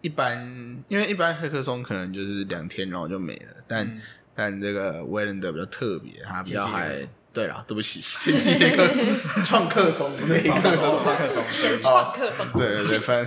[SPEAKER 6] 一般，因为一般黑客松可能就是两天然后就没了，但、
[SPEAKER 1] 嗯
[SPEAKER 6] 但这个威廉德比较特别，它比较
[SPEAKER 3] 天气黑客
[SPEAKER 6] 还
[SPEAKER 3] 松
[SPEAKER 6] 对啦，对不起，天气黑客松创客松不是黑客松，
[SPEAKER 3] 哦
[SPEAKER 2] 原创课程。
[SPEAKER 6] 对对对，反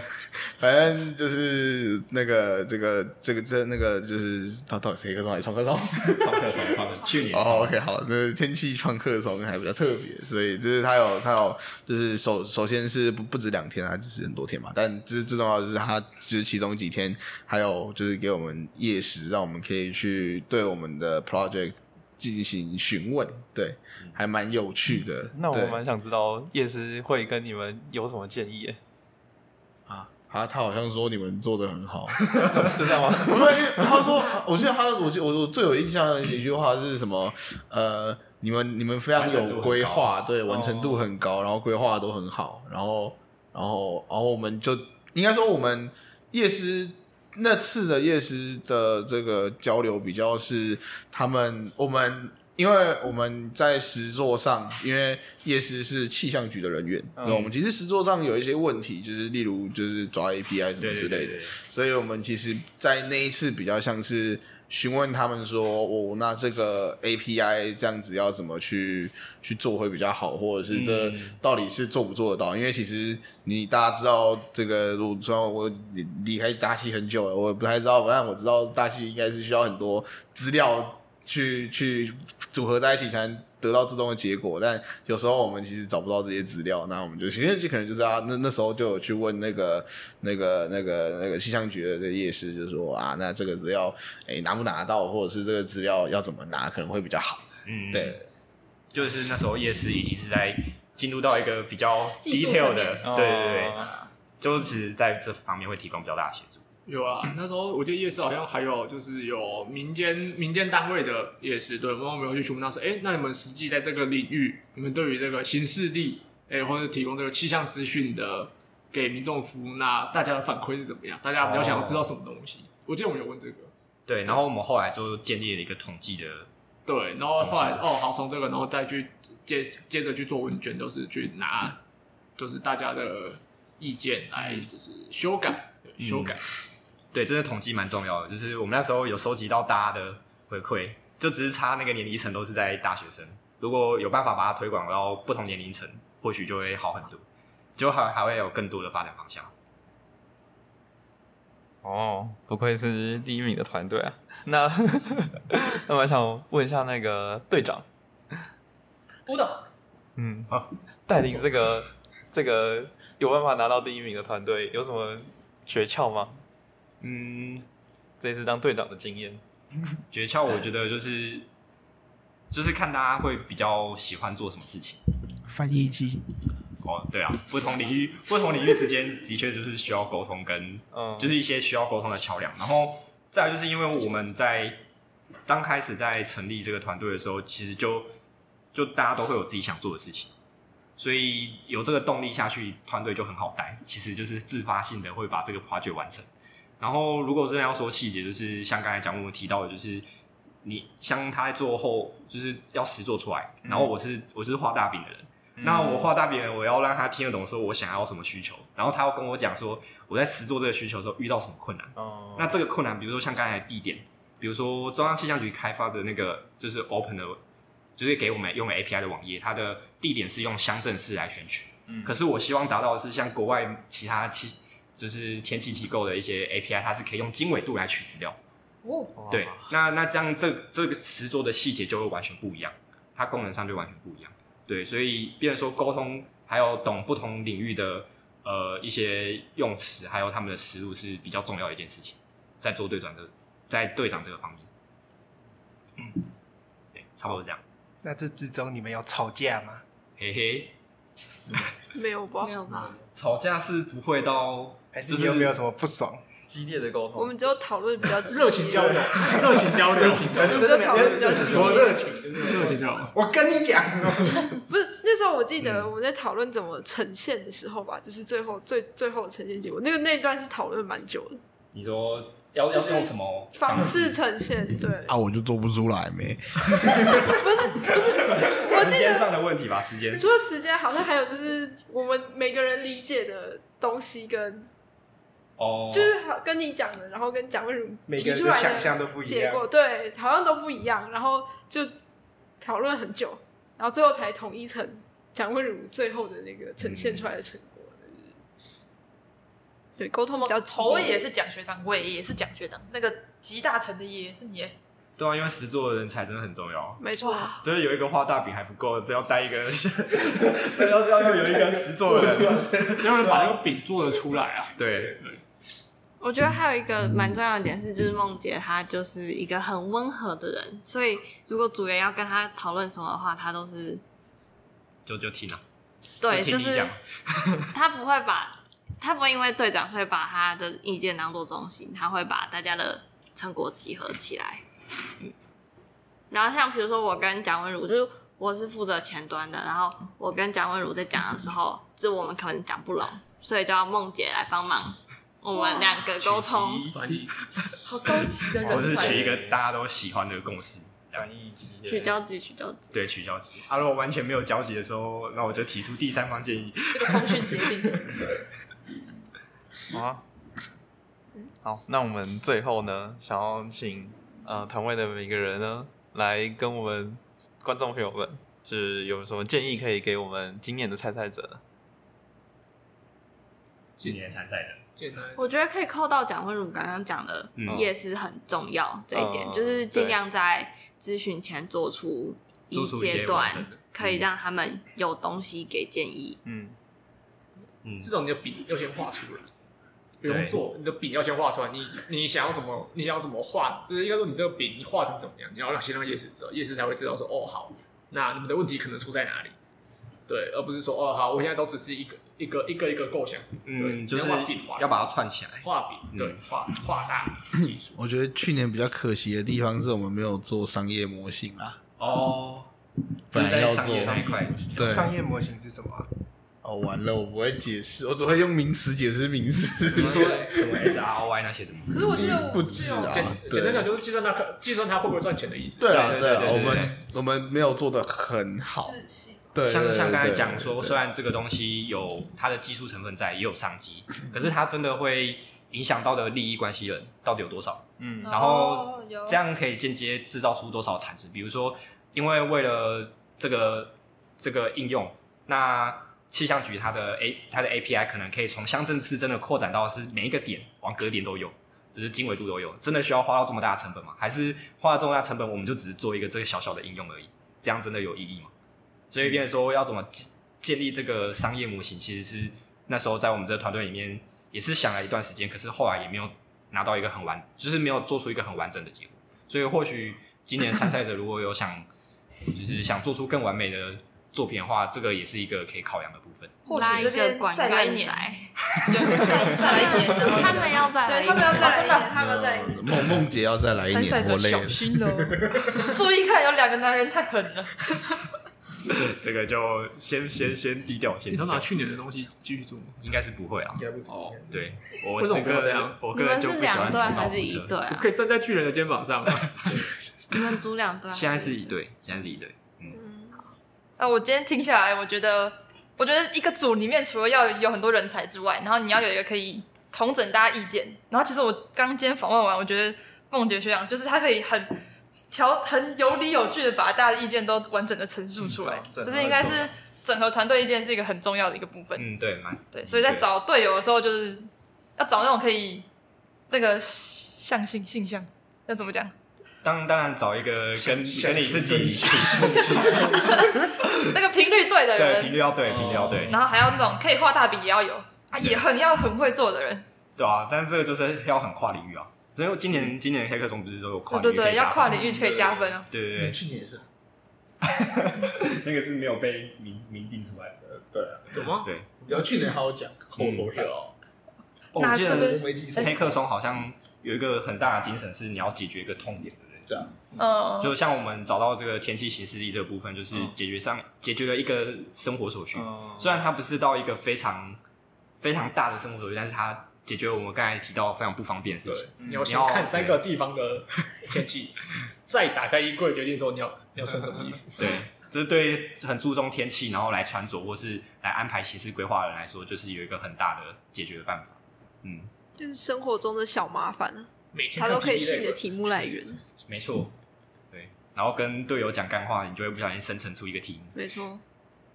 [SPEAKER 6] 反正就是那个这个这个这那个就是到到底是黑客松还是创客松？
[SPEAKER 3] 上课上上课，去年
[SPEAKER 1] 啊
[SPEAKER 6] 哦、o k 好，那天气创客的时候还比较特别，所以就是它有它有，就是首首先是不不止两天啊，只是很多天嘛，但就是最重要的是它就是其中几天，还有就是给我们夜食，让我们可以去对我们的 project 进行询问，对，还蛮有趣的。
[SPEAKER 1] 嗯那我
[SPEAKER 6] 对
[SPEAKER 1] 蛮想知道叶师会跟你们有什么建议耶？ <laughs>
[SPEAKER 6] 啊啊，他好像说你们做的很好，
[SPEAKER 1] 就这样吗？
[SPEAKER 6] 不是，因为他说，我记得他，我记我我最有印象的一句话是什么？呃，你们你们非常有规 <laughs> 划，对，完成度很高，然后规划都很好，然后然后然后我们就应该说我们夜师。那次的夜师的这个交流比较是他们我们，因为我们在实作上，因为夜师是气象局的人员，
[SPEAKER 1] 嗯
[SPEAKER 6] 对，我们其实实作上有一些问题，就是例如就是抓 API 什么
[SPEAKER 3] 对
[SPEAKER 6] 之
[SPEAKER 3] 对
[SPEAKER 6] 类
[SPEAKER 3] 对
[SPEAKER 6] 的
[SPEAKER 3] 对，，
[SPEAKER 6] 所以我们其实，在那一次比较像是询问他们说，哦，那这个 API 这样子要怎么去去做会比较好，或者是这
[SPEAKER 3] 嗯
[SPEAKER 6] 到底是做不做得到？因为其实你大家知道这个，我虽然我离离开大戏很久了，我也不太知道，但我知道大戏应该是需要很多资料去 <laughs> 去组合在一起才能。得到最终的结果，但有时候我们其实找不到这些资料，那我们就其实就可能就是啊，那那时候就有去问那个那个那个那个气象局的这个夜市，就说啊，那这个资料哎、拿不拿得到，或者是这个资料要怎么拿，可能会比较好。
[SPEAKER 3] 嗯，
[SPEAKER 6] 对，
[SPEAKER 3] 就是那时候夜市已经是在进入到一个比较
[SPEAKER 2] 技术
[SPEAKER 3] detail
[SPEAKER 2] 层面
[SPEAKER 3] 的，对对对，
[SPEAKER 6] 哦
[SPEAKER 3] 就是其实在这方面会提供比较大的协助。
[SPEAKER 4] 有啊，那时候我记得夜市好像还有就是有民间民间单位的夜市，对，然后我们有去询问他说，哎、那你们实际在这个领域，你们对于这个新势力，哎、或者提供这个气象资讯的给民众服务，那大家的反馈是怎么样？大家比较想要知道什么东西？我记得我们有问这个，
[SPEAKER 3] 对，然后我们后来就建立了一个统计的，
[SPEAKER 4] 对，然后后来哦，好，从这个，然后再去接接着去做问卷，就是去拿，就是大家的意见来，就是修改，对修改，
[SPEAKER 3] 对，真的统计蛮重要的。就是我们那时候有收集到大家的回馈，就只是差那个年龄层都是在大学生。如果有办法把它推广到不同年龄层，或许就会好很多，就还还会有更多的发展方向。
[SPEAKER 1] 哦，不愧是第一名的团队啊！那 <laughs> 那我想问一下那个队长，
[SPEAKER 2] 古董，
[SPEAKER 1] 嗯
[SPEAKER 3] 啊，
[SPEAKER 1] 带领这个这个有办法拿到第一名的团队，有什么诀窍吗？
[SPEAKER 3] 嗯，
[SPEAKER 1] 这次当队长的经验，
[SPEAKER 3] 诀窍我觉得就是就是看大家会比较喜欢做什么事情。
[SPEAKER 6] 翻译机，
[SPEAKER 3] 哦，对啊，不同领域不同领域之间的确就是需要沟通跟
[SPEAKER 1] 嗯，
[SPEAKER 3] 就是一些需要沟通的桥梁。然后再来就是因为我们在刚开始在成立这个团队的时候，其实就就大家都会有自己想做的事情，所以有这个动力下去，团队就很好带。其实就是自发性的会把这个 project 完成。然后如果真的要说细节，就是像刚才讲我们提到的，就是你像他在做后，就是要实做出来。然后我是我是画大饼的人。那
[SPEAKER 1] 嗯
[SPEAKER 3] 我画大饼的人，我要让他听得懂，说我想要什么需求，然后他要跟我讲说我在实做这个需求的时候遇到什么困难。
[SPEAKER 1] 哦，
[SPEAKER 3] 那这个困难，比如说像刚才的地点，比如说中央气象局开发的那个就是 Open 的，就是给我们用的 API 的网页，它的地点是用乡镇市来选取。
[SPEAKER 1] 嗯
[SPEAKER 3] 可是我希望达到的是像国外其他气就是天气机构的一些 API，它是可以用经纬度来取资料。
[SPEAKER 2] 哦，
[SPEAKER 1] 哇
[SPEAKER 3] 对，那那这样这这个实作的细节就会完全不一样，它功能上就完全不一样。对，所以变成说沟通，还有懂不同领域的呃一些用词，还有他们的思路是比较重要的一件事情，在做队长这在队长这个方面，嗯，对，差不多是这样，
[SPEAKER 8] 那这之中你们有吵架吗？
[SPEAKER 3] 嘿嘿，
[SPEAKER 7] 没有吧
[SPEAKER 5] 没？有吧？
[SPEAKER 3] 吵架是不会到，
[SPEAKER 8] 还是
[SPEAKER 3] 就
[SPEAKER 8] 你
[SPEAKER 3] 是
[SPEAKER 8] 有没有什么不爽？
[SPEAKER 1] 激烈的沟
[SPEAKER 7] 我
[SPEAKER 1] 通，
[SPEAKER 7] 们只有讨论比较激烈
[SPEAKER 4] 热情交 <laughs> 流，热情交流，热情
[SPEAKER 7] 我们只有讨论比较激
[SPEAKER 4] 多
[SPEAKER 7] 烈。
[SPEAKER 4] 热情，热情交流。
[SPEAKER 8] 我跟你讲，
[SPEAKER 7] 不是那时候我记得
[SPEAKER 3] 嗯
[SPEAKER 7] 我们在讨论怎么呈现的时候吧，就是最后最最后的呈现结果，那个那一段是讨论蛮久的，
[SPEAKER 3] 你说要要
[SPEAKER 7] 就是
[SPEAKER 3] 用什么
[SPEAKER 7] 方
[SPEAKER 3] 式？
[SPEAKER 7] 式呈现对，
[SPEAKER 6] 啊，我就做不出来没。，
[SPEAKER 7] 不是不是，我
[SPEAKER 3] 时
[SPEAKER 7] 记
[SPEAKER 3] 间
[SPEAKER 7] 得
[SPEAKER 3] 上的问题吧，时间
[SPEAKER 7] 除了时间，好像还有就是我们每个人理解的东西跟
[SPEAKER 3] 哦，
[SPEAKER 7] 就是好跟你讲的，然后跟蒋慧茹
[SPEAKER 8] 每
[SPEAKER 7] 提
[SPEAKER 8] 个人
[SPEAKER 7] 出
[SPEAKER 8] 的
[SPEAKER 7] 来
[SPEAKER 8] 想象都不一
[SPEAKER 7] 结
[SPEAKER 8] 样。
[SPEAKER 7] 果对，好像都不一样，然后就讨论很久，然后最后才统一成蒋慧茹最后的那个呈现出来的成果。就是对，沟通比较激烈
[SPEAKER 2] 头也是蒋学长，尾也是蒋学长，那个集大成的也是你，
[SPEAKER 3] 对啊，因为实作的人才真的很重要。啊
[SPEAKER 7] 没错，
[SPEAKER 3] 就是有一个画大饼还不够，这要带一个， <laughs> 对，要要要有一个实作的人，
[SPEAKER 4] 要不然把那个饼做得出来啊？
[SPEAKER 3] 对，
[SPEAKER 5] 我觉得还有一个蛮重要的点是，就是梦姐她就是一个很温和的人，所以如果组员要跟她讨论什么的话，她都是
[SPEAKER 3] 就就听了，
[SPEAKER 5] 对，
[SPEAKER 3] 就
[SPEAKER 5] 就
[SPEAKER 3] 听你
[SPEAKER 5] 是
[SPEAKER 3] 讲，
[SPEAKER 5] 她不会把她不会因为队长所以把她的意见当做中心，她会把大家的成果集合起来。嗯然后像比如说我跟蒋文儒，就是我是负责前端的，然后我跟蒋文儒在讲的时候，就我们可能讲不拢，所以就要梦姐来帮忙，我们两个沟通。
[SPEAKER 4] 翻译
[SPEAKER 2] 好高级的
[SPEAKER 3] 我是
[SPEAKER 2] 人
[SPEAKER 3] 取
[SPEAKER 2] 才
[SPEAKER 3] 一。个大家都喜欢的共识，这样
[SPEAKER 1] 反应激烈，
[SPEAKER 5] 取交集，取交集。
[SPEAKER 3] 对，取消集。啊，如果完全没有交集的时候，那我就提出第三方建议。
[SPEAKER 2] 这个通讯协
[SPEAKER 7] <laughs>
[SPEAKER 2] 定，
[SPEAKER 1] 好啊。好，那我们最后呢，想要请呃团位的每个人呢，来跟我们观众朋友们，就是有什么建议可以给我们今年的参赛者呢？
[SPEAKER 3] 今年参赛的，
[SPEAKER 4] 简单
[SPEAKER 5] 我觉得可以扣到蒋慧茹刚刚讲的
[SPEAKER 3] 嗯哦
[SPEAKER 5] 夜市很重要、这一点，
[SPEAKER 1] 嗯
[SPEAKER 5] 就是尽量在咨询前做出
[SPEAKER 3] 做出一些
[SPEAKER 5] 阶
[SPEAKER 3] 完
[SPEAKER 5] 段
[SPEAKER 3] 整的，
[SPEAKER 5] 可以让他们有东西给建议。
[SPEAKER 1] 嗯，
[SPEAKER 3] 嗯
[SPEAKER 4] 至，少你的饼要先画出来，不用做，你的饼要先画出来。你你想要怎么，你想要怎么画，就是应该说你这个饼你画成怎么样，你要让先让夜市知道，夜市才会知道说哦好，那你们的问题可能出在哪里，对，而不是说哦好，我现在都只是一个一个一个一个构想，对，
[SPEAKER 3] 嗯，就是
[SPEAKER 4] 你要画饼画出来
[SPEAKER 3] 要把它串起来。
[SPEAKER 4] 画饼，对，画画大技术
[SPEAKER 6] 我觉得去年比较可惜的地方是我们没有做商业模型啦，
[SPEAKER 3] 哦，
[SPEAKER 6] 本来
[SPEAKER 3] 这是
[SPEAKER 6] 要
[SPEAKER 3] 在商业 <laughs>
[SPEAKER 6] 做
[SPEAKER 3] 那一块，
[SPEAKER 6] 对，
[SPEAKER 8] 商业模型是什么啊？
[SPEAKER 6] 哦，完了，我不会解释，我只会用名词解释名词。
[SPEAKER 3] 比如说什么 S R Y 那些的吗？
[SPEAKER 4] 可是我记得我
[SPEAKER 6] 不止啊
[SPEAKER 4] 简
[SPEAKER 6] 对
[SPEAKER 4] 简单讲就是计算它可计算它会不会赚钱的意思。
[SPEAKER 6] 对啦，
[SPEAKER 3] 对
[SPEAKER 6] 对
[SPEAKER 3] 对
[SPEAKER 6] 啦，
[SPEAKER 3] 对
[SPEAKER 6] 我
[SPEAKER 3] 对对
[SPEAKER 6] 们我们没有做的很好，
[SPEAKER 2] 自信。
[SPEAKER 6] 对，
[SPEAKER 3] 像
[SPEAKER 6] 对
[SPEAKER 3] 像刚才
[SPEAKER 6] 对
[SPEAKER 3] 讲说，
[SPEAKER 6] 对
[SPEAKER 3] 虽然这个东西有它的技术成分在，也有商机，可是它真的会影响到的利益关系人到底有多少？
[SPEAKER 1] 嗯，
[SPEAKER 3] 然后
[SPEAKER 7] 哦有
[SPEAKER 3] 这样可以间接制造出多少产值？比如说，因为为了这个这个应用，那气象局它的 A 它的 API 可能可以从乡镇市真的扩展到是每一个点往各点都有，只是经纬度都有，真的需要花到这么大的成本吗？还是花了这么大成本，我们就只是做一个这个小小的应用而已？这样真的有意义吗？所以，变成说要怎么建建立这个商业模型，其实是那时候在我们这个团队里面也是想了一段时间，可是后来也没有拿到一个很完，就是没有做出一个很完整的结果。所以或许今年参赛者如果有想，就是想做出更完美的作品的话，这个也是一个可以考量的部分。
[SPEAKER 2] 或
[SPEAKER 5] 拉
[SPEAKER 2] 许
[SPEAKER 5] 一
[SPEAKER 2] 这
[SPEAKER 5] 个
[SPEAKER 2] 边
[SPEAKER 5] 管
[SPEAKER 2] 再来一
[SPEAKER 5] 院
[SPEAKER 2] 年，
[SPEAKER 5] 仔，
[SPEAKER 2] 对，再再来一
[SPEAKER 5] <laughs>
[SPEAKER 2] 年，然后
[SPEAKER 5] 他们要再来
[SPEAKER 7] 对
[SPEAKER 5] 一
[SPEAKER 7] 他们
[SPEAKER 5] 年
[SPEAKER 7] 要再来一
[SPEAKER 2] 真的
[SPEAKER 7] 年，啊他们要再来一年。
[SPEAKER 6] 嗯梦梦姐要再来一
[SPEAKER 2] 参赛
[SPEAKER 6] 年，
[SPEAKER 2] 者
[SPEAKER 6] 我累了
[SPEAKER 2] 小。心哦，注意看，有两个男人太狠了。
[SPEAKER 3] 这个就先先先低调，先
[SPEAKER 4] 你都拿去年的东西继续做吗？
[SPEAKER 3] 应该是不会啊。
[SPEAKER 6] 应该不可能
[SPEAKER 4] 哦，
[SPEAKER 3] 对，我
[SPEAKER 4] 为什么
[SPEAKER 3] 这个
[SPEAKER 4] 不要这样
[SPEAKER 3] 我
[SPEAKER 5] 你
[SPEAKER 3] 个人
[SPEAKER 5] 们
[SPEAKER 3] 就是不喜
[SPEAKER 5] 两
[SPEAKER 3] 欢
[SPEAKER 5] 队
[SPEAKER 3] 重蹈
[SPEAKER 5] 还
[SPEAKER 3] 覆
[SPEAKER 5] 是一
[SPEAKER 3] 辙
[SPEAKER 5] 队
[SPEAKER 4] 我
[SPEAKER 5] 啊？
[SPEAKER 4] 可以站在巨人的肩膀上。
[SPEAKER 5] 你们组两队啊？
[SPEAKER 3] 现在是一对，现在是一对。嗯，
[SPEAKER 2] 啊，我今天听下来，我觉得，我觉得一个组里面除了要有很多人才之外，然后你要有一个可以统整大家意见。然后其实我刚今天访问完，我觉得梦洁学长就是他可以很条很有理有据的把大家的意见都完整的陈述出
[SPEAKER 7] 嗯
[SPEAKER 2] 来，
[SPEAKER 6] 对啊
[SPEAKER 2] 这是应该是整合团队意见是一个很重要的一个部分。
[SPEAKER 3] 嗯，对，蛮
[SPEAKER 2] 对，所以在
[SPEAKER 3] 对
[SPEAKER 2] 找队友的时候，就是要找那种可以那个向性性向，要怎么讲？
[SPEAKER 3] 当当然找一个跟跟你自己
[SPEAKER 2] 那个频率对的
[SPEAKER 3] 对频
[SPEAKER 2] 人，
[SPEAKER 3] 率要对，频率要对。
[SPEAKER 2] 然后还要那种可以画大饼也要有啊，也很要很会做的人。
[SPEAKER 3] 对啊，但是这个就是要很跨领域啊。所以今年今年黑客松不是说有跨
[SPEAKER 2] 对
[SPEAKER 3] 领域
[SPEAKER 2] 对对，
[SPEAKER 3] 可以加
[SPEAKER 2] 要
[SPEAKER 3] 分
[SPEAKER 2] 跨领域可以加分哦。
[SPEAKER 3] 对对对，
[SPEAKER 6] 去年也是，
[SPEAKER 3] <laughs> 那个是没有被明明定出来的。
[SPEAKER 6] 对，
[SPEAKER 4] 有吗？
[SPEAKER 3] 对，
[SPEAKER 6] 然后去年还有讲口头上，
[SPEAKER 3] 哦
[SPEAKER 2] 那
[SPEAKER 3] 我记
[SPEAKER 2] 这
[SPEAKER 3] 得
[SPEAKER 2] 个
[SPEAKER 6] 没记
[SPEAKER 3] 黑客松好像有一个很大的精神是你要解决一个痛点，对不对？
[SPEAKER 6] 这样，哦
[SPEAKER 2] 嗯，
[SPEAKER 3] 就像我们找到这个天气形势力这个部分，就是
[SPEAKER 1] 嗯
[SPEAKER 3] 解决上解决了一个生活所需。
[SPEAKER 6] 哦
[SPEAKER 1] 嗯
[SPEAKER 3] 虽然它不是到一个非常非常大的生活所需，但是它解决我们刚才提到非常不方便的事情。
[SPEAKER 4] 你要先看三个地方的天气，再打开衣柜决定说你要你要穿什么衣服。
[SPEAKER 3] 对，这对很注重天气，然后来穿着或是来安排形式规划的人来说，就是有一个很大的解决的办法。嗯，
[SPEAKER 7] 就是生活中的小麻烦，
[SPEAKER 4] 每天
[SPEAKER 7] 它都可以是你的
[SPEAKER 4] 的
[SPEAKER 7] 题目来源。
[SPEAKER 3] 没错。对，然后跟队友讲干话，你就会不小心生成出一个题目。
[SPEAKER 7] 没错，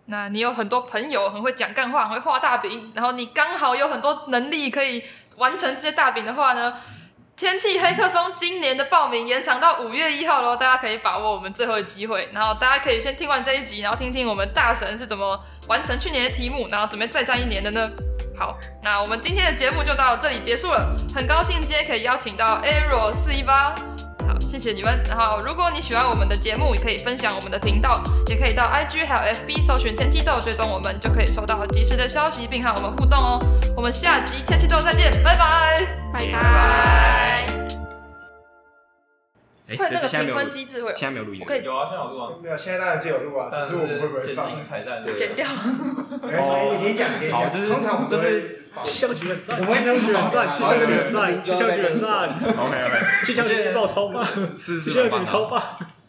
[SPEAKER 2] 那你有很多朋友很会讲干话，很会画大饼，然后你刚好有很多能力可以完成这些大饼的话呢？天气黑客松今年的报名延长到五月一号喽，大家可以把握我们最后的机会。然后大家可以先听完这一集，然后听听我们大神是怎么完成去年的题目，然后准备再战一年的呢？好，那我们今天的节目就到这里结束了。很高兴今天可以邀请到 Aero 四一八，好，谢谢你们。然后如果你喜欢我们的节目，也可以分享我们的频道，也可以到 IG 还有 FB 搜寻天气豆，追踪我们就可以收到及时的消息，并和我们互动哦。我们下集天气豆再见，拜拜。
[SPEAKER 7] 拜拜。
[SPEAKER 3] 哎，
[SPEAKER 2] 快
[SPEAKER 3] 这
[SPEAKER 2] 那
[SPEAKER 3] 这
[SPEAKER 2] 个
[SPEAKER 3] 现在没
[SPEAKER 2] 评
[SPEAKER 3] 有录
[SPEAKER 2] 分，机制会有
[SPEAKER 3] 现在没有录音。
[SPEAKER 2] 我可以
[SPEAKER 1] 有啊，现在有录啊，
[SPEAKER 8] 没有，现在当然是有录啊，只是我们会不会
[SPEAKER 1] 嗯剪
[SPEAKER 8] 放？
[SPEAKER 1] 进彩蛋？
[SPEAKER 2] 剪掉。
[SPEAKER 8] 没关系你先讲，你先
[SPEAKER 3] 好
[SPEAKER 8] 讲。
[SPEAKER 3] 就是
[SPEAKER 8] 通常我们都
[SPEAKER 3] 就是
[SPEAKER 8] 会放
[SPEAKER 4] 气象局很赞，
[SPEAKER 8] 我们
[SPEAKER 4] 气象局很赞，气象局很赞，气象局很赞，
[SPEAKER 3] OK
[SPEAKER 2] <laughs>
[SPEAKER 3] OK，
[SPEAKER 4] 气象局报超棒，
[SPEAKER 3] 是
[SPEAKER 4] 气
[SPEAKER 3] 是
[SPEAKER 4] 象
[SPEAKER 3] 蛮棒
[SPEAKER 4] 局
[SPEAKER 3] 的
[SPEAKER 4] 超棒。